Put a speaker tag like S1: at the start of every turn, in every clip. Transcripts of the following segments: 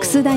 S1: 楠田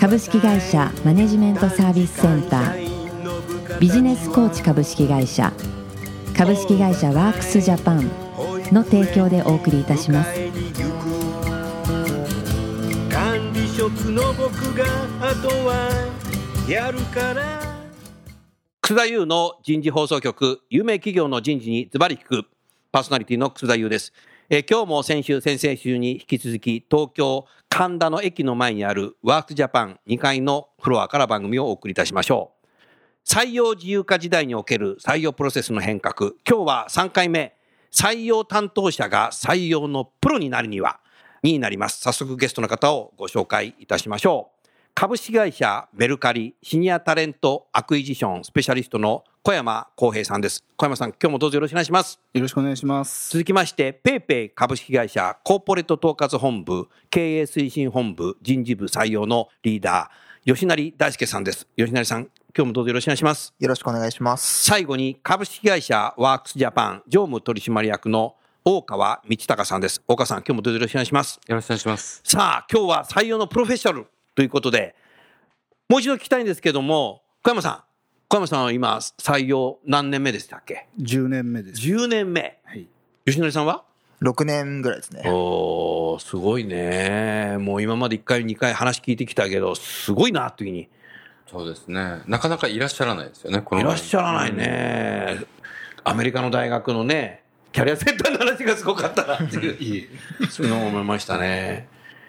S1: 株式会社マネジメントサービスセンタービジネスコーチ株式会社株式会社ワークスジャパンの提供でお送りいたします
S2: 管理職の僕があとはやるから
S3: 楠田優の人事放送局、有名企業の人事にズバリ聞く、パーソナリティの楠田優です。えー今日も先週、先々週に引き続き、東京神田の駅の前にあるワークスジャパン2階のフロアから番組をお送りいたしましょう。採用自由化時代における採用プロセスの変革。今日は3回目、採用担当者が採用のプロになるには、になります。早速ゲストの方をご紹介いたしましょう。株式会社メルカリシニアタレントアクイジションスペシャリストの小山康平さんです。小山さん、今日もどうぞよろしくお願いします。
S4: よろしくお願いします。
S3: 続きまして、ペイペイ株式会社コーポレート統括本部経営推進本部人事部採用のリーダー吉成大輔さんです。吉成さん、今日もどうぞよろしくお願いします。
S5: よろしくお願いします。
S3: 最後に株式会社ワークスジャパン常務取締役の大川道隆さんです。大川さん、今日もどうぞよろしくお願いします。
S6: よろしくお願いします。
S3: さあ、今日は採用のプロフェッショナルということで、もう一度聞きたいんですけども、小山さん、小山さんは今、採用何年目でしたっけ
S4: 10年目です。
S3: ?10 年目。
S4: はい
S3: 吉成さんは
S5: 6年ぐらいですね。
S3: おー、すごいね。もう今まで1回、2回話聞いてきたけど、すごいな、というふうに。
S6: そうですね。なかなかいらっしゃらないですよね、この
S3: いら
S6: 前
S3: っしゃらない。ね。アメリカの大学のね、キャリアセンターの話がすごかったなって いう、そういうのを思いましたね。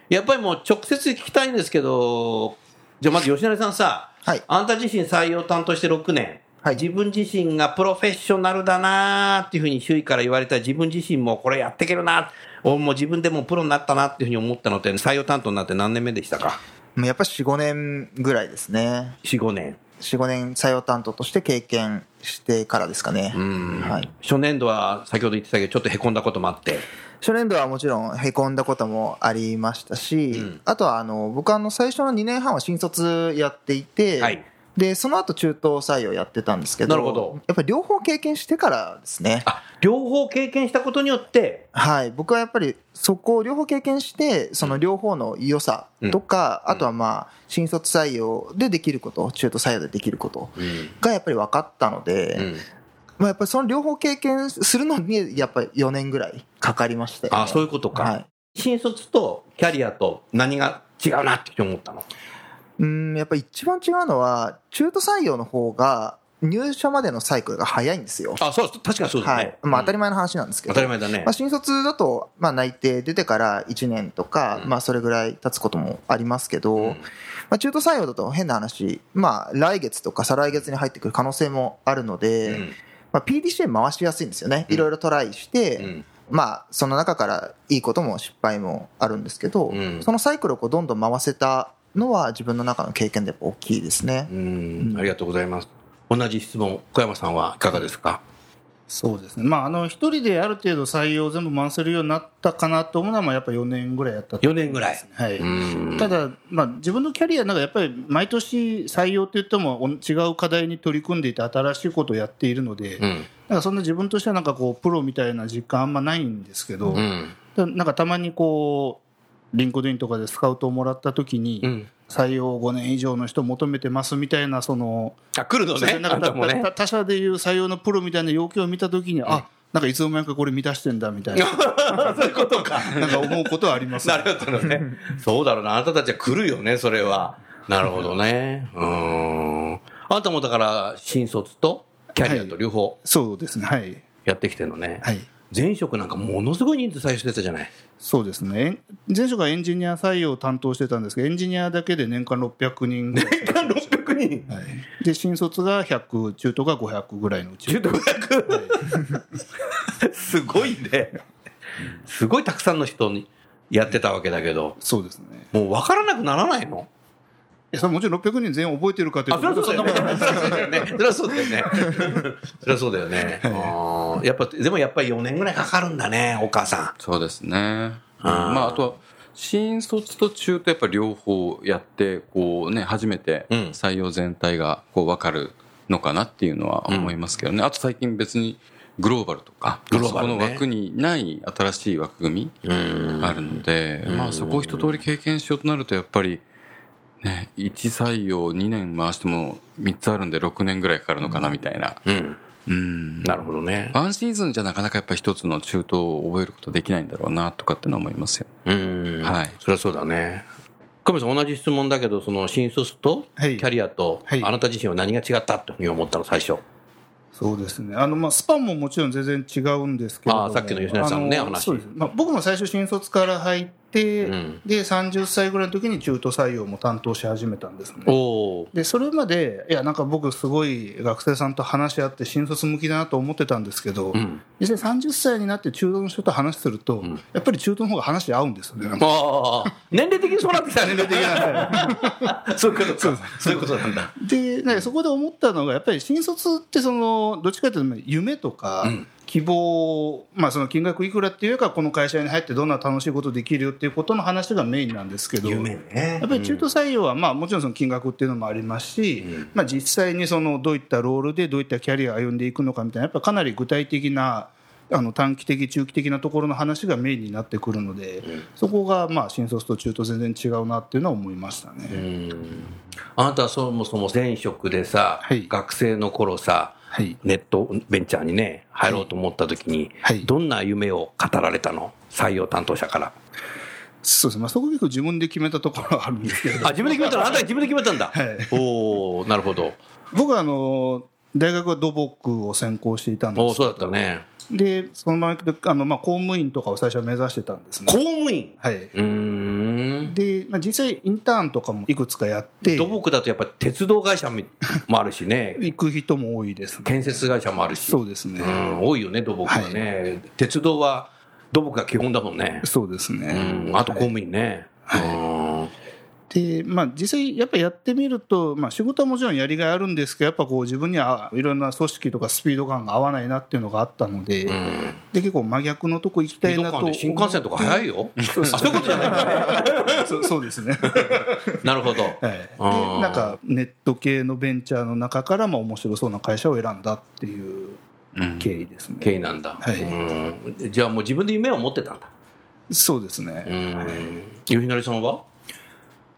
S3: やっぱりもう直接聞きたいんですけど、じゃあまず吉成さんさ、
S5: はい
S3: あんた自身採用担当して6年、
S5: はい
S3: 自分自身がプロフェッショナルだなーっていうふうに周囲から言われた自分自身もこれやっていけるな、おもう自分でもうプロになったなっていうふうに思ったのって、採用担当になって何年目でしたか
S5: もうやっぱり4、5年ぐらいですね。
S3: ?4、5年。
S5: 4、5年採用担当として経験してからですかね。
S3: うん
S5: はい。
S3: 初年度は先ほど言ってたけど、ちょっとへこんだこともあって。
S5: 初年度はもちろん凹んだこともありましたし、
S3: うん
S5: あとはあの、僕はあの最初の2年半は新卒やっていて、
S3: はい
S5: で、その後中東採用やってたんですけど、
S3: なるほど
S5: やっぱり両方経験してからですね。
S3: あ両方経験したことによって、
S5: はい、僕はやっぱりそこを両方経験して、その両方の良さとか、
S3: うん
S5: あとはまあ、新卒採用でできること、中途採用でできることがやっぱり分かったので、まあやっぱりその両方経験するのに、やっぱり4年ぐらいかかりましたよね、
S3: あそういうことか、
S5: はい。
S3: 新卒とキャリアと何が違うなって思ったの、
S5: うん、やっぱ一番違うのは、中途採用の方が入社までのサイクルが早いんですよ。
S3: あそう確かにそうですね、
S5: はい。まあ当たり
S3: 前、
S5: 前の話なんですけど。
S3: 当たり前だね
S5: まあ、、新卒だと、まあ、内定出てから1年とか、
S3: うん
S5: まあ、それぐらい経つこともありますけど、
S3: うん
S5: まあ、中途採用だと変な話、まあ、来月とか再来月に入ってくる可能性もあるので、
S3: うん
S5: まあ、PDCA 回しやすいんですよね。
S3: うん
S5: いろいろトライして、
S3: うん
S5: まあ、その中からいいことも失敗もあるんですけど、
S3: うん
S5: そのサイクルをこうどんどん回せたのは自分の中の経験でやっぱ大きいですね。
S3: うんありがとうございます同じ質問小山さんはいかがですか
S4: そうですね。まあ、あの、一人である程度採用全部回せるようになったかなと思うのは、まあ、やっぱ4年ぐらいやったと
S3: 4年ぐらい、
S4: はい。
S3: うん
S4: ただ、まあ、自分のキャリアなんかやっぱり毎年採用といってもお違う課題に取り組んでいて新しいことをやっているので、
S3: うん
S4: なんかそんな自分としてはなんかこうプロみたいな実感あんまないんですけど、
S3: うん
S4: ただなんかたまにこうリンクドインとかでスカウトをもらった時に、
S3: うん
S4: 採用5年以上の人求めてますみたいなその
S3: あ来るの
S4: そうです
S3: ね
S4: ねな
S3: あ
S4: ん
S3: ん
S4: か
S3: たもね
S4: 他他社でいう採用のプロみたいな要求を見たときに、あなんかいつの間にかこれ満たしてんだみたいな、
S3: そういうことか
S4: なんか思うことはあります、
S3: なるほどね。そうだろうな。あなたたちは来るよね、それは。なるほどね。うーん。あなたもだから、新卒とキャリアと両方
S4: そうですね、はい、
S3: やってきてるのね。
S4: はい、
S3: 前職なんかものすごい人数採用してたじゃない。
S4: そうですね、えん前職はエンジニア採用を担当してたんですけど、エンジニアだけで年間600人ぐらい、
S3: 年間600人。
S4: はい、で新卒が100、中途が500ぐらいのうち、
S3: 中途500。すごいね。すごいたくさんの人にやってたわけだけど、
S4: そうですね、
S3: もう分からなくならないの
S4: やそれもちろん600人全員覚えてるかという
S3: あ、
S4: と
S3: そりゃそうだよね。そりゃそうだよね。そりゃそうだよね。あーやっぱ、でもやっぱり4年ぐらいかかるんだね、お母さ
S6: そうですね。まあ、あとは、新卒と中途やっぱ両方やって、こうね、初めて
S3: うん
S6: 採用全体がこう分かるのかなっていうのは思いますけどね。あと最近別にグローバルとか、
S3: グローバルね
S6: そこの枠にない新しい枠組み
S3: ん。
S6: あるので、まあそこを一通り経験しようとなるとやっぱり、ね、1採用2年回しても3つあるんで6年ぐらいかかるのかなみたいな。
S3: うん。
S6: うん。
S3: なるほどね。
S6: ワンシーズンじゃなかなかやっぱ一つの中東を覚えることできないんだろうなとかってのは思いますよ。
S3: うん。
S6: はい
S3: そりゃそうだね。久米さん、同じ質問だけど、その新卒とキ
S4: はい
S3: ャリアと、
S4: はい
S3: あなた自身は何が違ったというふうに思ったの、最初。
S4: そうですねあの、まあ、スパンももちろん全然違うんですけれども
S3: あーさっきの吉野さんのね
S4: あ
S3: お話
S4: そうですまあ、僕も最初新卒から入って、
S3: うん
S4: で30歳ぐらいの時に中途採用も担当し始めたんですね
S3: おお。
S4: でそれまでいやなんか僕すごい学生さんと話し合って新卒向きだなと思ってたんですけど、
S3: うん。
S4: 実際30歳になって中途の人と話すると、やっぱり中途の方が話合うんですよねなんか
S3: ああ、年齢的にそうなってきたね、年齢的に。そういうことか。そういうことなんだ。
S4: でなんかそこで思ったのがやっぱり新卒ってそのどっちかというと夢とか希望、まあ、その金額いくらっていうよりかこの会社に入ってどんな楽しいことできるよっていうことの話がメインなんですけど
S3: 夢ね
S4: やっ。ぱり中途採用は、まあ、もちろんその金額っていうのもありますし、まあ、実際にそのどういったロールでどういったキャリアを歩んでいくのかみたいなやっぱかなり具体的なあの短期的中期的なところの話がメインになってくるので、そこがまあ新卒と中途全然違うなっていうのは思いましたね。
S3: うんあなたはそもそも前職でさ、
S4: はい
S3: 学生の頃さ、
S4: はい
S3: ネットベンチャーにね、入ろうと思った時に、
S4: はい
S3: どんな夢を語られたの採用担当者から。
S4: そうですね、まあ、そこ結構自分で決めたところはある んですけれど
S3: あ、自分で決めたのあなたが自分で決めたんだ。
S4: はい
S3: おおなるほど。
S4: 僕はあの大学は土木を専攻していたん
S3: お
S4: で
S3: お
S4: すけ
S3: そう
S4: ど
S3: だったね。
S4: でその前であの、まあ、公務員とかを最初は目指してたんです
S3: 公
S4: ね、
S3: 務員
S4: はい、
S3: うーん。
S4: で、まあ、実際インターンとかもいくつかやって
S3: 土木だとやっぱり鉄道会社ももあるしね、
S4: 行く人も多いですね
S3: 建設会社もあるし、
S4: そうですね、
S3: うん、多いよね、土木はね。鉄道は土木が基本だもんね。
S4: そうですね、
S3: うん、あと公務員ね。うん
S4: で、まあ、実際やっぱやってみると、まあ、仕事はもちろんやりがいあるんですけどやっぱこう自分にはいろんな組織とかスピード感が合わないなっていうのがあったので、
S3: うん
S4: で結構真逆のとこ行きた
S3: 水道
S4: いな
S3: 管
S4: と
S3: で新幹線とか早いよ。あ、そういうことじゃないん だね。
S4: そうそうですね
S3: なるほど。
S4: はい、で
S3: あー
S4: なんかネット系のベンチャーの中からも面白そうな会社を選んだっていう
S6: うん
S4: 経緯ですね、
S3: 経緯なんだ。
S4: はい
S3: うんじゃあもう自分で夢を持ってたんだ。
S4: そうですね、
S3: うん。吉成さんは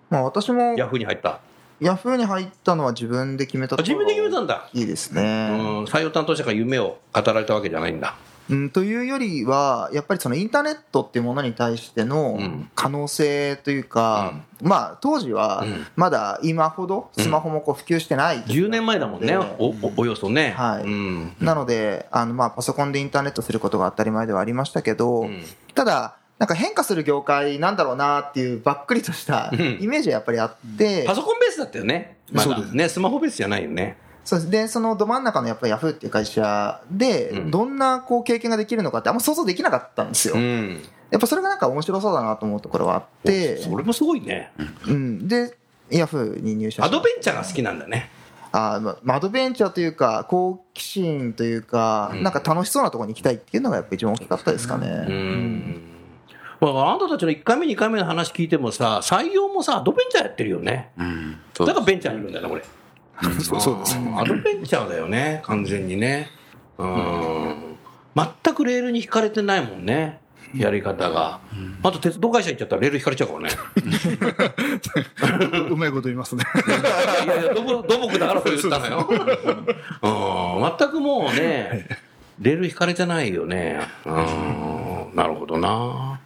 S5: まあ私も
S3: ヤフーに入った。
S5: ヤフーに入ったのは自分で決めた
S3: あ自分で決めたんだ。
S5: いいです
S3: う
S5: ね、
S3: ん。採用担当者が夢を語られたわけじゃないんだ。
S5: うん、というよりはやっぱりそのインターネットっていうものに対しての
S3: うん
S5: 可能性というか、まあ当時は
S3: うん
S5: まだ今ほどスマホもこう普及してない、
S3: 10年前だもんね。おおおよそね。
S5: はい
S3: うん。
S5: なのであのまあパソコンでインターネットすることが当たり前ではありましたけど、
S3: うん
S5: ただなんか変化する業界なんだろうなっていうばっくりとした
S3: うん
S5: イメージはやっぱりあって、
S3: パソコンベースだったよね。ま
S4: そ
S3: だ
S4: うです
S3: ね。スマホベースじゃないよね。
S5: そうですでそのど真ん中のやっぱりヤフーっていう会社で、
S3: うん
S5: どんなこう経験ができるのかってあんま想像できなかったんですよ、
S3: う
S5: や
S3: ん。
S5: っぱそれがなんか面白そうだなと思うところはあって
S3: それもすごいね。
S5: うん、でヤフーに入社
S3: ア
S5: し
S3: ド
S5: た
S3: ベンチャーが好きなんだね。
S5: あままあアドベンチャーというか好奇心というか、
S3: うん
S5: なんか楽しそうなところに行きたいっていうのがやっぱ一番大きかったですかね、
S3: うんまあ、あなたたちの1回目、2回目の話聞いてもさ、採用もさ、アドベンチャーやってるよね。
S6: うん。そ
S3: だ
S6: う
S3: からベンチャーにいるんだよな、これ。
S4: そうそう です
S3: うんアドベンチャーだよね、完全にね。うん。全くレールに引かれてないもんね、やり方が。あと、鉄道会社行っちゃったらレール引かれちゃうからね。
S4: うまいこと言いますね
S3: いやいや、土木土木だからこれ言ったのよ。うん。全くもうね、レール引かれてないよね。うん。なるほどな。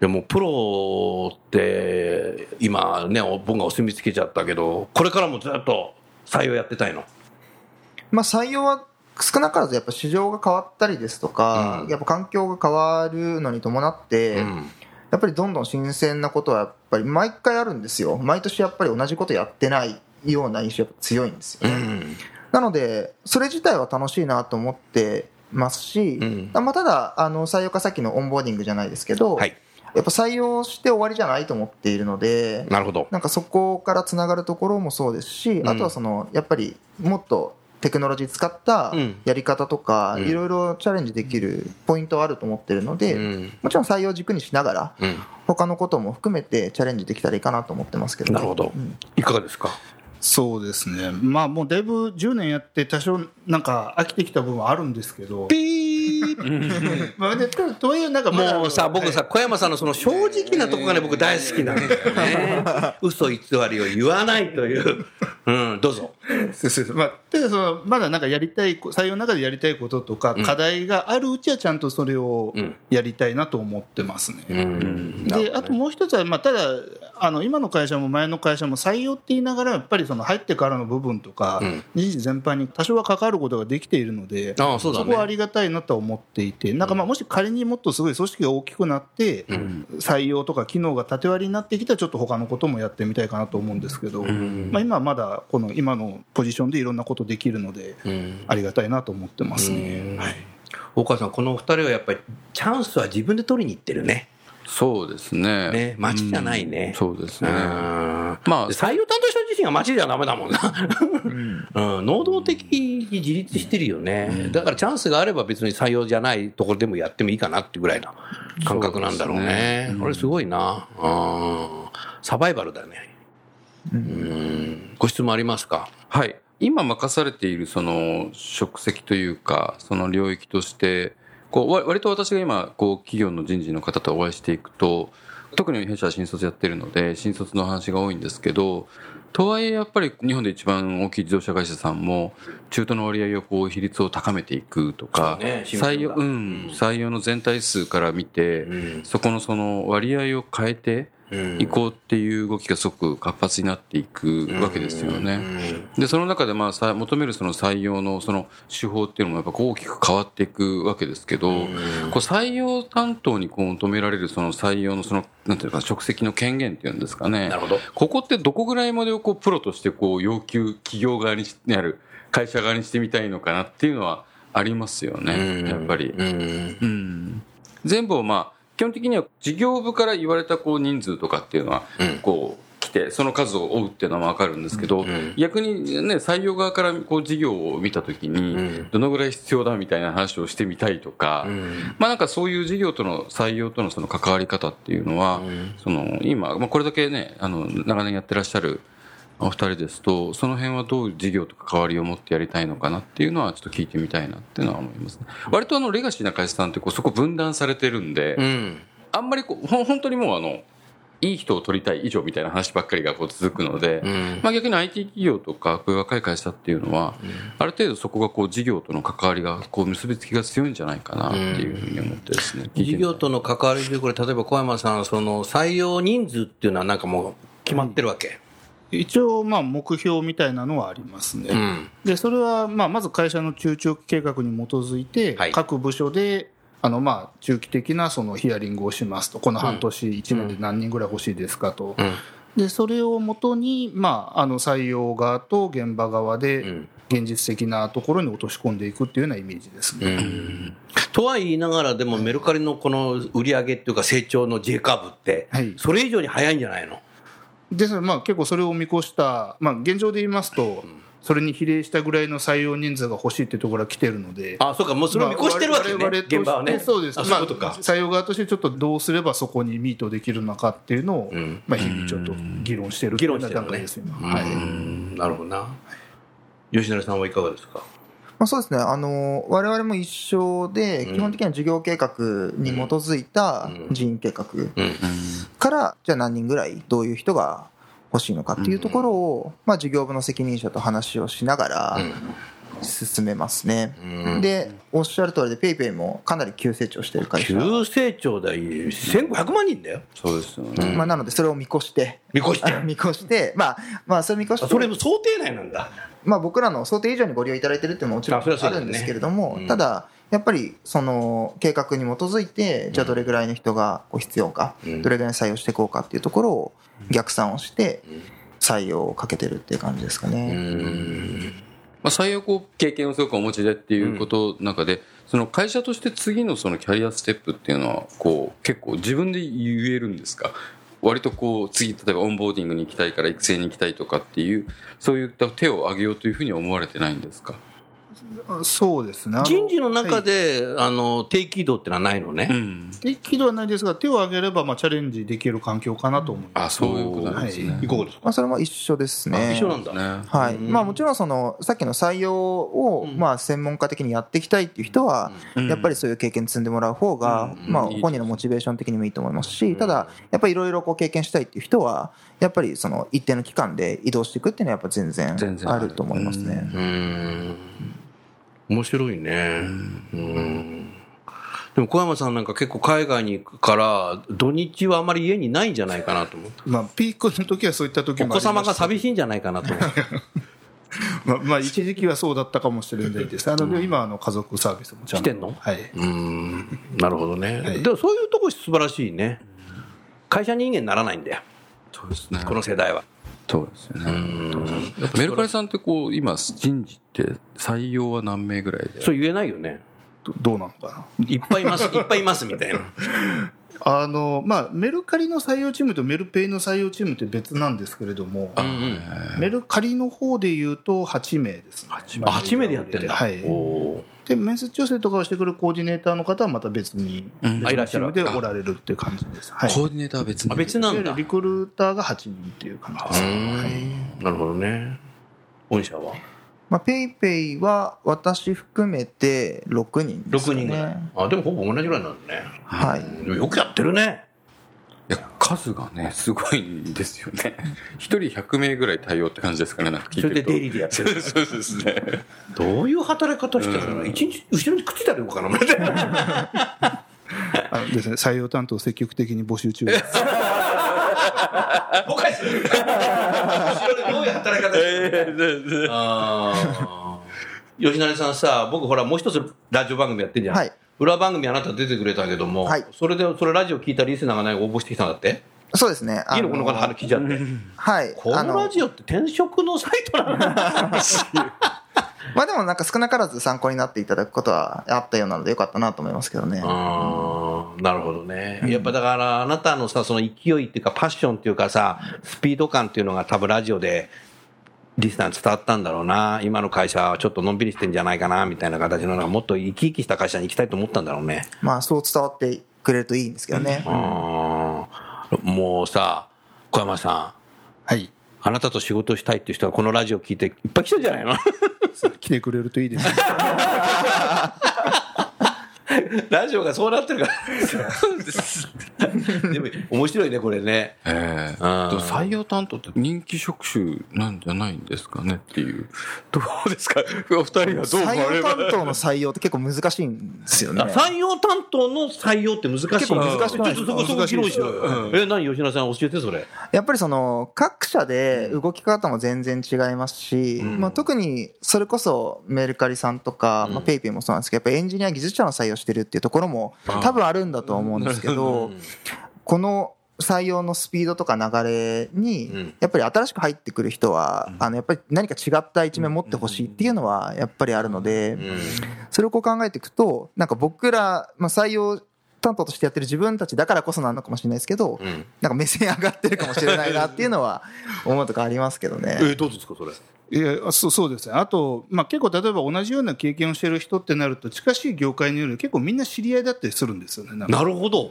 S3: でもプロって今ねお僕がお墨付けちゃったけどこれからもずっと採用やってたいの
S5: まあ、採用は少なからずやっぱ市場が変わったりですとか、
S3: うん
S5: やっぱ環境が変わるのに伴って、
S3: うん
S5: やっぱりどんどん新鮮なことはやっぱり毎回あるんですよ毎年やっぱり同じことやってないような印象が強いんですよ、
S3: うん
S5: なのでそれ自体は楽しいなと思ってますし、
S3: うん
S5: まあ、ただあの採用かさっきのオンボーディングじゃないですけど、
S3: はい
S5: やっぱ採用して終わりじゃないと思っているので、
S3: なるほど。
S5: なんかそこからつながるところもそうですし、
S3: ん
S5: あとはそのやっぱりもっとテクノロジー使った
S3: うん
S5: やり方とか、
S3: うん
S5: いろいろチャレンジできるポイントはあると思ってるので、
S3: うん
S5: もちろん採用軸にしながら、
S3: うん
S5: 他のことも含めてチャレンジできたらいいかなと思ってますけど、ね、
S3: なるほど
S5: うん
S3: いかがですか
S4: そうですね、まあもうだいぶ10年やって、多少なんか飽きてきた部分はあるんですけど、
S3: ピー
S4: まあ、でととはいえ、なんかまだ
S3: もうさ、僕さ、小山さんのその正直なとこがね、僕大好きなんですよね。 嘘偽りを言わないという。うん、どうぞ。
S4: そうそうそうまあ、ただそのまだなんかやりたいこ採用の中でやりたいこととか、
S3: ん
S4: 課題があるうちはちゃんとそれを
S3: うん
S4: やりたいなと思ってますね。
S3: うん
S4: であともう一つは、まあ、ただあの今の会社も前の会社も採用って言いながらやっぱりその入ってからの部分とか、
S3: うん
S4: 人事全般に多少は関わることができているので
S3: ああ、そうだ
S4: こはあ
S3: ね。
S4: りがたいなとは思っていてなんかまあもし仮にもっとすごい組織が大きくなって、
S3: ん
S4: 採用とか機能が縦割りになってきたらちょっと他のこともやってみたいかなと思うんですけど、
S3: ん
S4: まあ、今はまだこの今のポジションでいろんなことできるので、
S3: うん
S4: ありがたいなと思ってます
S3: うん
S4: ね。はい
S3: 大川さん、このお二人はやっぱり、チャンスは自分で取りに行ってるね。
S6: そうですね
S3: ね、街じゃないね。
S6: そうです
S3: う
S6: ね
S3: ん
S6: まあ
S3: 採用担当者自身が街じゃダメだもんな。うん、能動的に自立してるよね。だからチャンスがあれば別に採用じゃないところでもやってもいいかなってぐらいな感覚なんだろう
S6: そうです
S3: ね。これすごいな。うんサバイバルだね。うんご質問ありますか
S6: はい今任されているその職責というかその領域としてこうわ割と私が今こう企業の人事の方とお会いしていくと特に弊社は新卒やってるので新卒の話が多いんですけどとはいえやっぱり日本で一番大きい自動車会社さんも中途の割合をこう比率を高めていくとか、
S3: そうね
S6: 採用、
S3: う
S6: うんん、採用の全体数から見て、
S3: ん
S6: そこのその割合を変えていこうっていう動きがすごく活発になっていくわけですよね。でその中でまあさ求めるその採用のその手法っていうのもやっぱこう大きく変わっていくわけですけど、こう採用担当にこう求められるその採用のそのなんていうのかな職責の権限っていうんですかね
S3: なるほど
S6: ここってどこぐらいまでをこうプロとしてこう要求企業側にしある会社側にしてみたいのかなっていうのはありますよね、やっぱり。
S3: うん
S6: うん全部をまあ基本的には事業部から言われたこう人数とかっていうのは
S3: うん
S6: こう来てその数を追うっていうのは分かるんですけど、
S3: ん
S6: 逆にね採用側からこう事業を見た時
S3: うん
S6: にどのぐらい必要だみたいな話をしてみたいとか、
S3: うん
S6: まあなんかそういう事業との採用とのその関わり方っていうのは、
S3: ん
S6: その今、まあ、これだけねあの長年やってらっしゃるお二人ですとその辺はどういう事業と関わりを持ってやりたいのかなっていうのはちょっと聞いてみたいなっていうのは思いますね割とあのレガシーな会社さんってこうそこ分断されてるんで、
S3: うん
S6: あんまりこうほん本当にもうあのいい人を取りたい以上みたいな話ばっかりがこう続くので、
S3: うん
S6: まあ、逆に IT 企業とかこういう若い会社っていうのは、ある程度そこがこう事業との関わりがこう結びつきが強いんじゃないかなっていうふうに思ってですね、聞
S3: 事
S6: いてみたい
S3: 業との関わりでこれ例えば小山さんその採用人数っていうのはなんかもう決まってるわけ
S4: 一応、まあ目標みたいなのはありますね。
S3: うん
S4: でそれはまあまず会社の中長期計画に基づいて、
S3: はい
S4: 各部署であのまあ中期的なそのヒアリングをしますと、この半年、1年で何人ぐらい欲しいですかと、
S3: うん
S4: でそれをもとに、まあ、あの採用側と現場側
S3: う
S4: で
S3: ん
S4: 現実的なところに落とし込んでいくっていうようなイメージですね。
S3: とは言いながら、でもメルカリのこの売り上げっていうか、成長の J カーブって
S4: はい、
S3: それ以上に早いんじゃないの、
S4: ですので、まあ、結構それを見越した、まあ、現状で言いますと、それに比例したぐらいの採用人数が欲しいっていうところが来てるので。
S3: あそうか、もうそれを見越してるわけね、
S4: まあ我々として
S3: 現場はね。
S4: そうです
S3: あそういうことか
S4: まあ、採用側としてちょっとどうすればそこにミートできるのかっていうのを、
S3: ん
S4: まあ、日々ちょっと議論してるっていうような段階です今、は
S3: うー
S4: い、
S3: んなるほどな。吉成さんはいかがですか
S5: まあ、そうですね、あの我々も一緒で、
S3: うん
S5: 基本的には事業計画に基づいた
S3: うん
S5: 人員計画
S3: うん
S5: から、じゃあ何人ぐらい、どういう人が欲しいのかっていうところを、まあ、事業部の責任者と話をしながら進めますね。
S3: うん
S5: で、おっしゃる通りで、ペイペイもかなり急成長してる会社。
S3: 急成長だよ、1500万人だよ、
S6: そうですよね、
S5: まあ、なので、それを見越して、。
S3: 見越して
S5: 見越して、まあ、まあ、それ見越して、
S3: それも想定内なんだ。
S5: まあ、僕らの想定以上にご利用いただいてるっていうのももちろん
S3: あそれはそ
S5: あ
S3: うだよ
S5: る
S3: ね
S5: んですけれども、
S3: うん
S5: ただやっぱりその計画に基づいてじゃあどれぐらいの人がこう必要か、
S3: うん
S5: どれぐらい採用していこうかっていうところを逆算をして採用をかけてるっていう感じですかね。
S3: うん
S6: まあ、採用こう経験をすごくお持ちでっていうことの中で、その会社として次のそのキャリアステップっていうのはこう結構自分で言えるんですか割とこう次例えばオンボーディングに行きたいから育成に行きたいとかっていうそういった手を挙げようというふうに思われてないんですか
S4: あそうですねあの
S3: 人事の中
S4: はい
S3: で、あの定期移動ってのはないの
S6: う
S3: ね、
S6: ん
S4: 適度はないですが手を挙げればまあチャレンジできる環境かなと思います
S6: あそういうことなん
S4: は
S6: で
S4: い
S6: すね、
S4: いかがですか
S5: まあ、それも一緒です
S3: あ
S5: ね。
S3: 一緒なんだ、
S6: ね
S5: はい
S3: うん
S5: まあ、もちろんそのさっきの採用を
S3: うん
S5: まあ専門家的にやっていきたいっていう人は
S6: うん
S5: やっぱりそういう経験積んでもらう方が
S6: うん
S5: まあ
S6: いいです
S5: 本人のモチベーション的にもいいと思いますしただやっぱりいろいろこう経験したいっていう人はやっぱりその一定の期間で移動していくっていうのはやっぱ全然
S6: 全然あ
S5: あ
S6: る
S5: ると思いますね
S3: う。ーん面白いねうんでも小山さんなんか結構海外に行くから土日はあまり家にないんじゃないかなと思う
S4: まあピークの時はそういった時
S3: お
S4: もあ
S3: 子
S4: りました
S3: 様が寂しいんじゃないかなと思う
S4: まあ、まあ、一時期はそうだったかもしれないです。あの、でも今はあの家族サービスもちゃ
S3: 来
S4: んと。
S3: てんの
S4: はい。
S3: うーんなるほどね、
S4: はい
S3: でもそういうとこ素晴らしいね会社人間にならないんだよ
S6: そうですね
S3: この世代は
S6: そうですよねメルカリさんってこう今人事って採用は何名ぐらいで
S3: そう言えないよね
S4: どどうなのか
S3: いっぱいいますいっぱいいますみ たいな
S4: な。あの、まあ、メルカリの採用チームとメルペイの採用チームって別なんですけれども、
S3: うんうん
S4: メルカリの方で言うと8名です、ね。8
S3: あ8名でやってんだ、
S4: はい。
S3: お
S4: で、面接調整とかをしてくるコーディネーターの方はまた別に、
S6: うん
S3: あいらっし
S4: チ
S3: ゃ
S4: ー
S3: る
S4: ムでおられるっていう感じです。はい。
S6: コーディネーターは別
S3: あ
S6: に
S3: 別なんだ
S4: リクルーターが8人っていう感じで
S3: う
S4: す。
S3: ーんなるほどね御社は
S5: まあ、ペイペイは私含めて6人です
S3: 6
S5: か
S3: 人ぐらい、
S5: ね。
S3: あでもほぼ同じぐらいなんだね
S5: はい
S3: でもよくやってるね
S6: いや数がねすごいんですよね 一人100名ぐらい対応って感じですかねなんか聞い
S3: そ
S6: て
S3: れで
S6: ると
S3: デイリーでやって る
S6: そうですね
S3: どういう働き方してるの、一日後ろにくっついたらようかなみたい な
S4: あですね、採用担当積極的に募集中です。
S3: おかしい後ろでどういう働き方してるのあー吉成さんさ僕ほらもう一つラジオ番組やってんじゃん、
S5: はい
S3: 裏番組あなた出てくれたけども、
S5: はい
S3: それでそれラジオ聞いたリスナーが何応募してきたんだって
S5: そうですね。
S3: いいのこの方話聞いちゃって
S5: はい。
S3: こ
S5: あ
S3: の
S5: の
S3: ラジオって転職のサイトなの
S5: まあでもなんか少なからず参考になっていただくことはあったようなのでよかったなと思いますけどね。
S3: あーなるほどね、やっぱだからあなたのさその勢いっていうかパッションっていうかさスピード感っていうのが多分ラジオでリスナーに伝わったんだろうな今の会社はちょっとのんびりしてんじゃないかなみたいな形のなんかもっと生き生きした会社に行きたいと思ったんだろうね、
S5: まあそう伝わってくれるといいんですけどね。
S3: あーもうさ小山さん
S4: はい。
S3: あなたと仕事したいっていう人はこのラジオ聞いていっぱい来てんじゃないの
S4: 来てくれるといいですね。
S3: ラジオがそうなってるから でも面白いねこれね
S6: え
S3: う
S6: え
S3: ん
S6: 採用担当って人気職種なんじゃないんですかねっていうどうですか お二人はどう思
S5: 採
S6: われ
S5: 用
S6: ま
S5: 担
S6: す
S5: 当の採用って結構難しいんです よね。
S3: 採用担当の採用って難しい結
S5: 構難し
S3: ち
S5: く
S3: ょ
S5: ない
S3: っとそこそこ議論しようよ、え何吉野さん教えてそれ
S5: やっぱりその各社で動き方も全然違いますし、まあ、特にそれこそメルカリさんとか、まあ、ペイペイもそうなんですけどやっぱりエンジニア技術者の採用してるっていうところも多分あるんだと思うんですけどこの採用のスピードとか流れ
S3: うん
S5: にやっぱり新しく入ってくる人はあのやっぱり何か違った一面持ってほしいっていうのはやっぱりあるのでそれをこう考えていくとなんか僕ら、まあ、採用担当としてやってる自分たちだからこそなのかもしれないですけど、
S3: ん
S5: なんか目線上がってるかもしれないなっていうのは思うとかありますけどね。
S3: どうですかそれ
S4: いやそうそうですね、あと、まあ、結構、例えば同じような経験をしてる人ってなると、近しい業界による結構みんな知り合いだったりするんですよね、なんか
S3: なるほど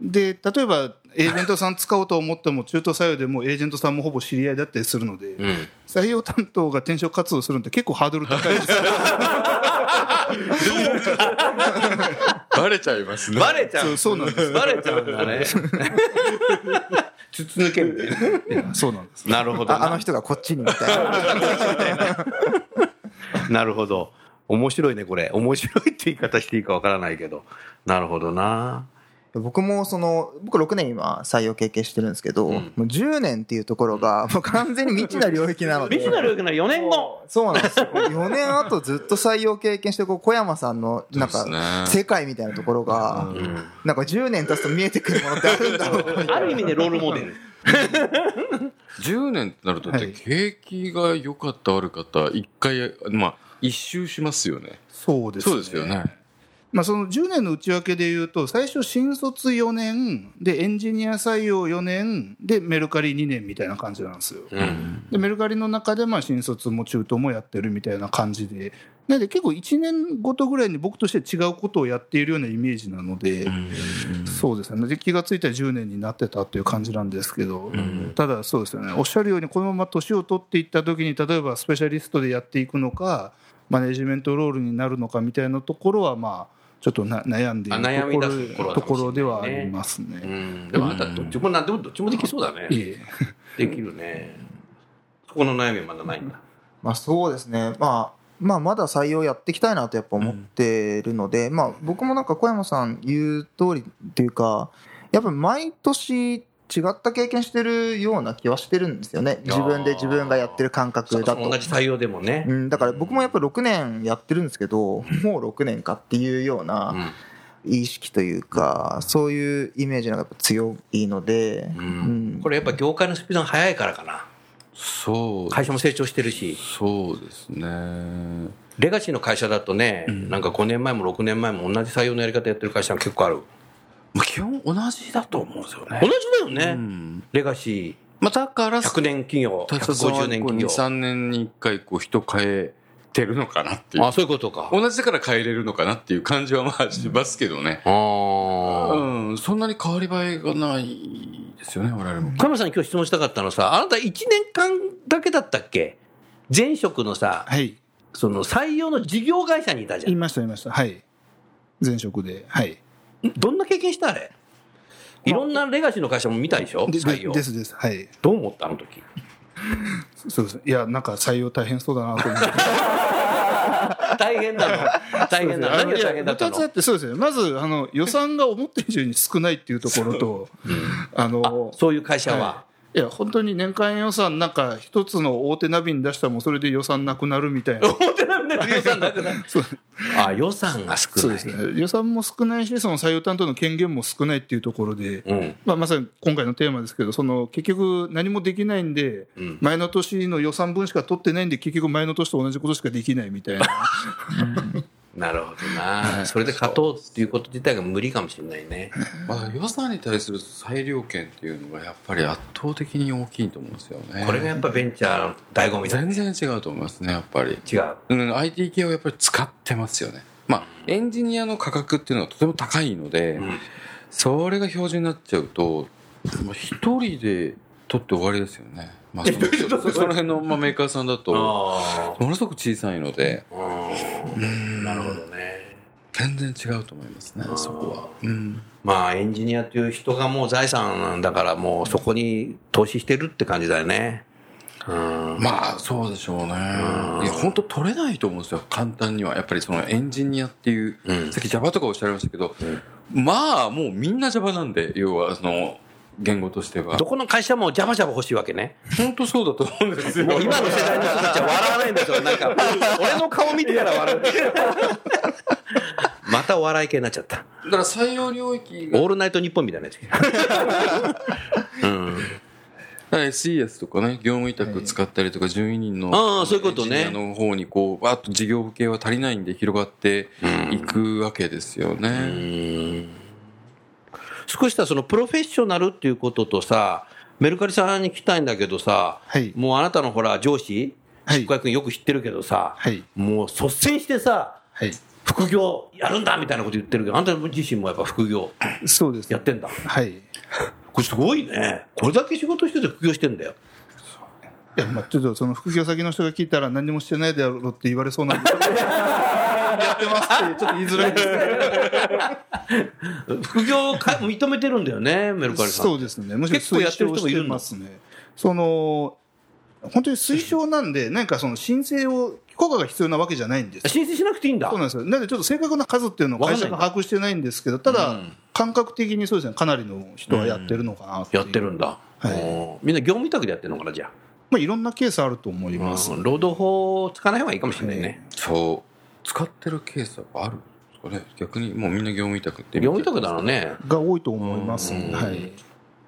S4: で例えばエージェントさん使おうと思っても、中途採用でもうエージェントさんもほぼ知り合いだったりするので、採用担当が転職活動するのって結構ハードル高いですよ
S6: バレちゃいますね
S3: バレちゃう
S4: そうそうなんです
S3: バレちゃうんだね 筒抜けみたいな
S4: そうなんです。
S3: なるほど
S5: ああ
S3: な
S5: の人がこっちにみたいな。
S3: なるほど面白いねこれ面白いって言い方していいかわからないけどなるほどな
S5: 僕もその、僕6年今採用経験してるんですけど、
S3: ん
S5: もう10年っていうところがもう完全に未知な領域なので。
S3: 未知なるわけない4年後
S5: そうなんですよ。4年後ずっと採用経験して、こう小山さんのなん
S6: そうです
S5: か
S6: ね
S5: 世界みたいなところが、
S3: ん
S5: なんか10年経つと見えてくるものってあるんだろうなみたいな
S3: ある意味でロールモデル
S6: 10年ってなるとだって
S4: はい
S6: 景気が良かった悪かった一回まあ一周しますよね
S4: そうです
S6: そうですよね
S4: まあ、その10年の内訳でいうと最初新卒4年でエンジニア採用4年でメルカリ2年みたいな感じなんですよ。
S3: うん
S4: でメルカリの中でまあ新卒も中途もやってるみたいな感じでなので結構1年ごとぐらいに僕として違うことをやっているようなイメージなので、そうですねで気がついたら10年になってたっていう感じなんですけど、ただそうですよねおっしゃるようにこのまま年を取っていった時に例えばスペシャリストでやっていくのかマネジメントロールになるのかみたいなところはまあちょっとな悩んでいる
S3: あ悩み出す
S4: ところところでは
S3: ところかもしれ
S4: あ
S3: ないね
S4: りますね。
S3: うんでもあんたどっちもなんでもどっちもできそうだね
S4: いえ
S3: できるねそこの悩みはまだないんだ
S5: まあそうですね、まあ、まあまだ採用やっていきたいなとやっぱ思ってるので、まあ僕もなんか小山さん言う通りというか、やっぱ毎年違った経験してるような気はしてるんですよね。自分で自分がやってる感覚だと。
S3: 同じ採用でもね
S5: うん、だから僕もやっぱ6年やってるんですけど、もう6年かっていうよう
S3: う
S5: なん意識というか、そういうイメージの方がやっぱ強いので、
S3: う
S5: うんん
S3: これやっぱ業界のスピードが速いからかな
S6: そう
S3: 会社も成長してるし
S6: そうですね
S3: レガシーの会社だとね、なんか5年前も6年前も同じ採用のやり方やってる会社が結構ある
S6: まあ基本同じだと思うんですよね
S3: 同じだよね、
S6: うん
S3: レガシ
S6: まあ、だから
S3: ー100年企業150年企業
S6: 23年に1回こう人変えてるのかなっていう
S3: あそういうことか
S6: 同じだから変えれるのかなっていう感じはまあしますけどね
S3: ああ、
S6: うんそんなに変わり映えがないですよね我々も
S3: カメさんに今日質問したかったのさあなた1年間だけだったっけ前職のさ
S4: はい
S3: その採用の事業会社にいたじゃ
S4: 言いました言いましたはい前職ではい
S3: んどんな経験したあれいろんなレガシーの会社も見たでしょ
S4: でで
S3: 採用
S4: ですですはい
S3: どう思ったあの時
S4: そうですいやなんか採用大変そうだなと思って
S3: 大変なの 大変なの
S4: あ
S3: 何が
S4: のいや
S3: 大変だった
S4: 二つあ
S3: の
S4: ってそうですねまずあの予算が思った以上に少ないっていうところと、あの
S3: そういう会社は、
S4: いや本当に年間予算なんか一つの大手ナビに出したらもうそれで予算なくなるみたいな
S3: 表てなん予算なくな るあ予算が少ない
S4: そうですね予算も少ないしその採用担当の権限も少ないっていうところで、
S3: うん
S4: まあ、まさに今回のテーマですけどその結局何もできないんで、
S3: ん
S4: 前の年の予算分しか取ってないんで結局前の年と同じことしかできないみたいな
S3: なるほどなそれで勝とうっていうこと自体が無理かもしれないね
S6: まあ予算に対する裁量権っていうのがやっぱり圧倒的に大きいと思うんですよね
S3: これがやっぱベンチャーの醍醐味だ
S6: 全
S3: ね
S6: 然違うと思いますねやっぱり
S3: 違う
S6: うん、IT 系をやっぱり使ってますよね。まあ、エンジニアの価格っていうのはとても高いので、
S3: ん
S6: それが標準になっちゃうと、まあ一人で取って終わりですよね。まあ、そのそその辺の、まあ、メーカーさんだと、
S3: あ
S6: ものすごく小さいので、
S3: あうんなるほどね
S6: 全然違うと思いますね、そこは。うん。
S3: まあエンジニアという人がもう財産なんだからもうそこに投資してるって感じだよねうん
S6: まあ、そうでしょうね。いや、本当取れないと思うんですよ、簡単には。やっぱりそのエンジニアっていう、
S3: うん
S6: さっき Java とかおっしゃられましたけど、まあ、もうみんな Java なんで、要は、その、言語としては
S3: ど。この会社もジャバジャバ欲しいわけね
S6: 本当そうだと思うんですよ。
S3: もう今の世代の人たちは笑わないんですよ。なんか、俺の顔見てから笑う。またお笑い系になっちゃった。
S6: だから採用領域
S3: オ
S6: が、
S3: ールナイトニッポンみたいなやつ。うん。
S6: SES とかね、業務委託使ったりとか、従業員の、
S3: ああそういうことね
S6: エンジニアの方にこう、わーっと事業系は足りないんで広がっていくわけですよね。
S3: 少しさ、そのプロフェッショナルっていうこととさ、メルカリさんに聞きたいんだけどさ、
S4: はい
S3: もうあなたのほら、上司、
S4: はい
S3: 福井君よく知ってるけどさ、
S4: はい
S3: もう率先してさ、
S4: はい
S3: 副業やるんだみたいなこと言ってるけど、あんた自身もやっぱ副業
S4: そうです
S3: やってんだ。
S4: はいい
S3: これすごいね。これだけ仕事してて副業してんだよ。
S4: やまあちょっとその副業先の人が聞いたら何もしてないだろうって言われそうなんで やってますってちょっと言いづらいですけ
S3: 副業か認めてるんだよね、メルカ
S4: ど
S3: リさん。
S4: そうですねむしろ
S3: 結構やってる人もいるん
S4: 推
S3: だ
S4: 奨してますねその本当に推奨なんでなんかその申請を許可が必要なわけじゃないんです
S3: 申請しなくていいんだ。
S4: そうなんですよ。なんでちょっと正確な数っていうのを会社が把握してないんですけど、ただ、感覚的にそうですね、かなりの人はやってるのかなてい
S3: や
S4: う
S3: ってるんだ。
S4: はい
S3: おーみんな業務委託でやってるのかな、じゃあ。
S4: まあ、いろんなケースあると思います。
S3: うん労働法を使わない方がいいかもしれないね。
S6: そう。使ってるケースはあるんですかね。逆に、もうみんな業務委託って。
S3: 業務委託だろうね。
S4: が多いと思います。
S3: うん
S4: はい。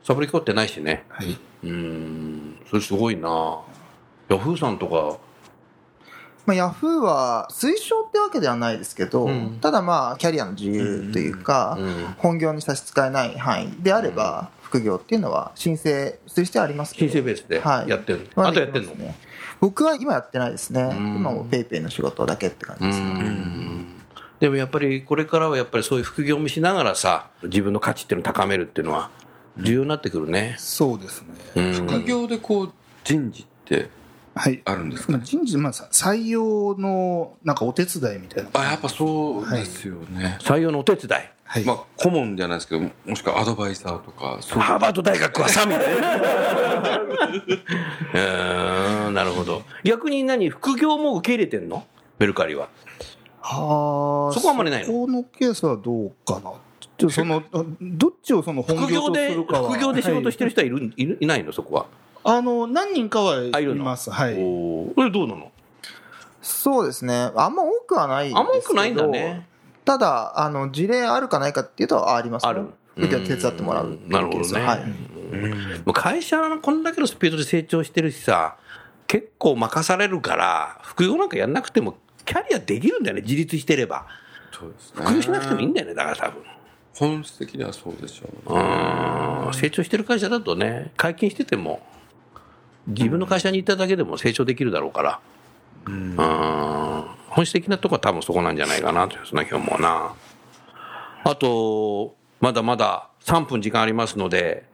S3: サブリコってないしね。
S4: はい。
S3: うーん。それすごいな。ヤフーさんとか、
S5: まあ、ヤフーは推奨ってわけではないですけど、
S3: うん
S5: ただまあキャリアの自由というか、本業に差し支えない範囲であれば、副業っていうのは申請する必要はありますけ
S3: 申
S5: ど
S3: 請ベースで
S5: はい
S3: やってる、
S5: は
S3: あとやってんの、
S5: できますね僕は今やってないですね、
S3: ん
S5: 今もペイペイの仕事だけって感じです、
S3: うんでもやっぱりこれからはやっぱりそういう副業もしながらさ自分の価値っていうのを高めるっていうのは重要になってくるね、
S4: そうですね。
S3: うん
S6: 副業でこう人事って
S4: はい。
S6: あるんですか
S4: まあ人事、まあ、さ採用の、なんかお手伝いみたいな。
S6: あやっぱそうですよね、
S3: 採用のお手伝い
S4: はい。
S6: まあ顧問じゃないですけどもしくはアドバイザーとかそう
S3: ハーバード大学はサミ ーなるほど逆に何副業も受け入れてんのメルカリは
S4: は
S3: そこはあんまりないの
S4: そこのケースはどうかな。ちょ その、あどっちをその本
S3: 副
S4: 業
S3: 業
S4: とす
S3: で
S4: るかは。
S3: 副業で仕事して
S4: る。
S3: る人はいるんいるいないのそこは、
S4: あの、何人かはい
S3: あいるの
S4: ます。はい。
S3: おーこれどうなの
S5: そうですねあんま多くはないですけ
S3: あ
S5: ど
S3: んま多くないんだね
S5: ただあの事例あるかないかっていうとありますね
S3: ある
S5: 副業手伝ってもらうっていうケース
S3: なるほどね
S5: は
S3: も
S5: い
S3: う会社のこんだけのスピードで成長してるしさ結構任されるから副業なんかやんなくてもキャリアできるんだよね自立してれば
S6: そうですね
S3: 副業しなくてもいいんだよねだから多分
S6: 本質的にはそうでしょう、
S3: うーん成長してる会社だとね解禁してても自分の会社に行っただけでも成長できるだろうからうん本質的なとこは多分そこなんじゃないかなというそんな気が思うなあとまだまだ3分時間ありますので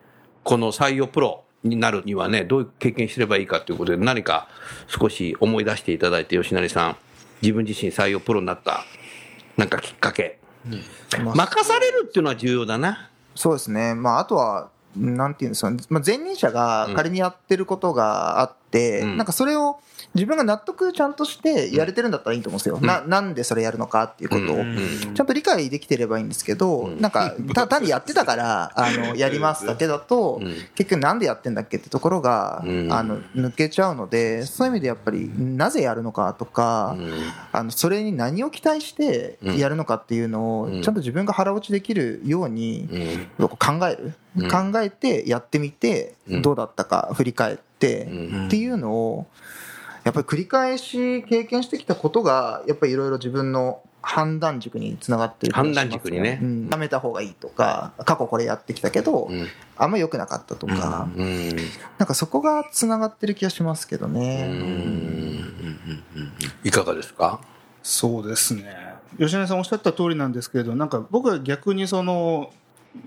S3: この採用プロになるにはねどういう経験すればいいかということで何か少し思い出していただいて吉成さん自分自身採用プロになったなんかきっかけ任されるっていうのは重要だな
S5: そうですね、まあ、あとは、なんていうんですかね、まあ、前任者が仮にやってることがあって、
S3: うん
S5: なんかそれを自分が納得ちゃんとしてやれてるんだったらいいと思うんですよ、ななんでそれやるのかっていうことを、ちゃんと理解できてればいいんですけど、なんかた単にやってた からあのやりますだけだと、
S3: うん
S5: 結局、なんでやってんだっけってところが、
S3: うん
S5: あの抜けちゃうので、そういう意味でやっぱり、なぜやるのかとか。あのそれに何を期待してやるのかっていうのを
S3: うん
S5: ちゃんと自分が腹落ちできるように
S3: うん
S5: こう考える、
S3: うん
S5: 考えてやってみて
S3: うん
S5: どうだったか振り返って、
S3: うん
S5: っていうのをやっぱり繰り返し経験してきたことがやっぱりいろいろ自分の判断軸につながってる気がし
S3: 判
S5: ます
S3: 断軸にね
S5: うんやめた方がいいとか過去これやってきたけど、
S3: うん
S5: あんま良くなかったとか、
S3: うん
S5: なんかそこがつながってる気がしますけどね、
S3: いかがですか
S4: そうですね吉根さんおっしゃった通りなんですけれどなんか僕は逆にその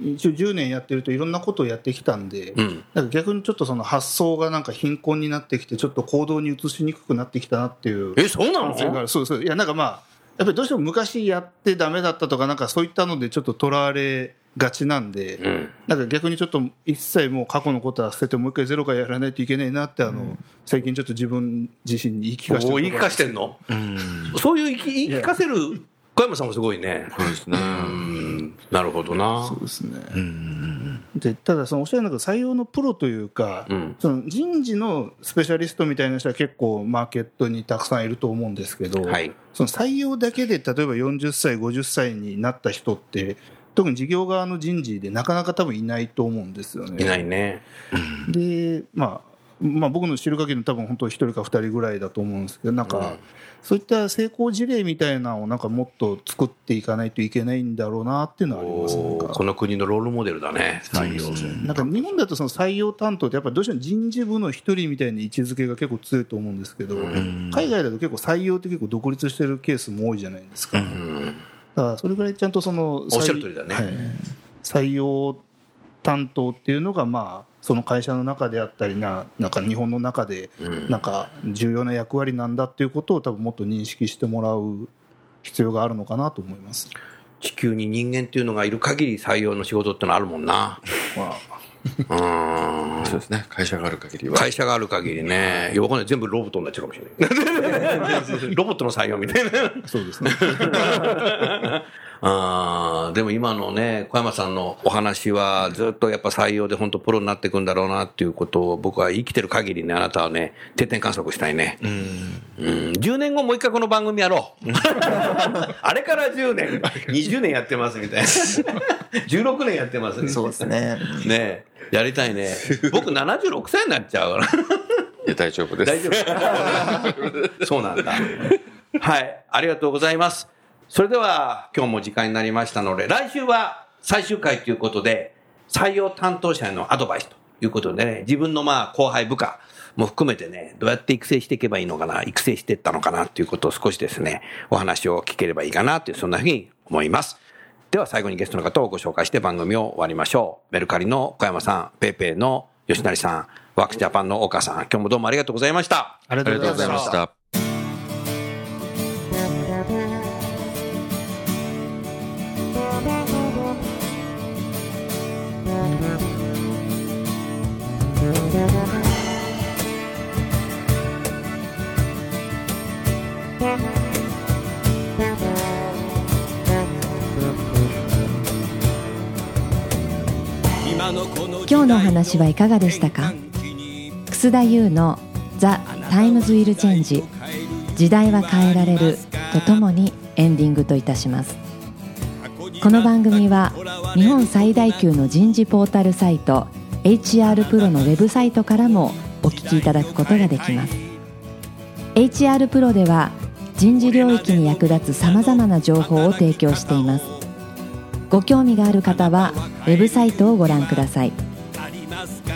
S4: 一応10年やってるといろんなことをやってきたんで、
S3: うん
S4: なんか逆にちょっとその発想がなんか貧困になってきてちょっと行動に移しにくくなってきたなっていう
S3: えそうな
S4: 感性があ
S3: の
S4: るそうそういやなんかまあやっぱりどうしても昔やってダメだったとかなんかそういったのでちょっととらわれがちなんで、
S3: うん
S4: なんか逆にちょっと一切もう過去のことは捨ててもう一回ゼロからやらないといけないなってあの、最近ちょっと自分自身に言い聞かせて
S3: お
S4: る
S3: 言い聞かしてんの
S6: うん
S3: そういう言い聞言い聞かせる小山さんもすごいね
S6: そうですね、
S3: うんなるほどな
S4: そうですね
S6: うん
S4: でただそのおっしゃる中採用のプロというか、
S3: うん
S4: その人事のスペシャリストみたいな人は結構マーケットにたくさんいると思うんですけど、
S3: はい
S4: その採用だけで例えば40歳50歳になった人って特に事業側の人事でなかなか多分いないと思うんですよね。
S3: いないね
S4: で、まあまあ、僕の知る限りの多分本当1人か2人ぐらいだと思うんですけどなんか、
S3: うん
S4: そういった成功事例みたいなのをなんかもっと作っていかないといけないんだろうなっていうのはありますねなん
S3: おー
S4: か
S3: この国のロールモデルだね採用
S4: なんか日本だとその採用担当ってやっぱどうしても人事部の一人みたいな位置づけが結構強いと思うんですけど、
S3: ん
S4: 海外だと結構採用って結構独立してるケースも多いじゃないですか、
S3: うん
S4: だからそれぐらいちゃんとそのお
S3: っしゃる通りだね
S4: 採用担当っていうのがまあその会社の中であったりななんか日本の中で
S3: うん
S4: なんか重要な役割なんだっていうことを多分もっと認識してもらう必要があるのかなと思います。
S3: 地球に人間っていうのがいる限り採用の仕事ってのはあるもんなうん
S6: そうですね会社がある限りは
S3: 会社がある限りね、いやわかんない、全部ロボットになっちゃうかもしれない。ロボットの採用みたいな。
S4: そうですね。
S3: あーでも今のね、小山さんのお話は、ずっとやっぱ採用で本当プロになっていくんだろうなっていうことを、僕は生きてる限りね、あなたはね、定点観測したいね。うん、10年後もう一回この番組やろ う。あれから10年、20年やってますみたいな。16年や ってますみたいな
S5: そうですね
S3: ねえやりたいね。僕76歳になっちゃうから。
S6: いや、大丈夫です。
S3: 大丈夫 そうなんだ。はい。ありがとうございます。それでは、今日も時間になりましたので、来週は最終回ということで、採用担当者へのアドバイスということでね、自分のまあ後輩部下も含めてね、どうやって育成していけばいいのかな、育成していったのかなということを少しですね、お話を聞ければいいかなという、そんなふうに思います。では最後にゲストの方をご紹介して番組を終わりましょう。メルカリの小山さん、ペイペイの吉成さん、ワークスジャパンの岡さん、今日もどうもありがとうございました。
S4: あり
S6: ありがとうございま
S4: した
S6: した。
S1: 今日のお話はいかがでしたか楠田優の「ザ・タイムズ・ウィル・チェンジ時代は変えられる」とともにエンディングといたしますこの番組は日本最大級の人事ポータルサイト HR プロのウェブサイトからもお聞きいただくことができます HR プロでは人事領域に役立つさまざまな情報を提供していますご興味がある方はウェブサイトをご覧ください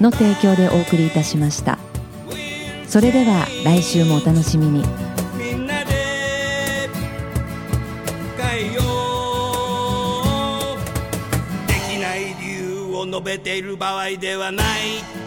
S1: の提供でお送りいたしましたそれでは来週もお楽しみに
S2: みんなで変えようできない理由を述べている場合ではない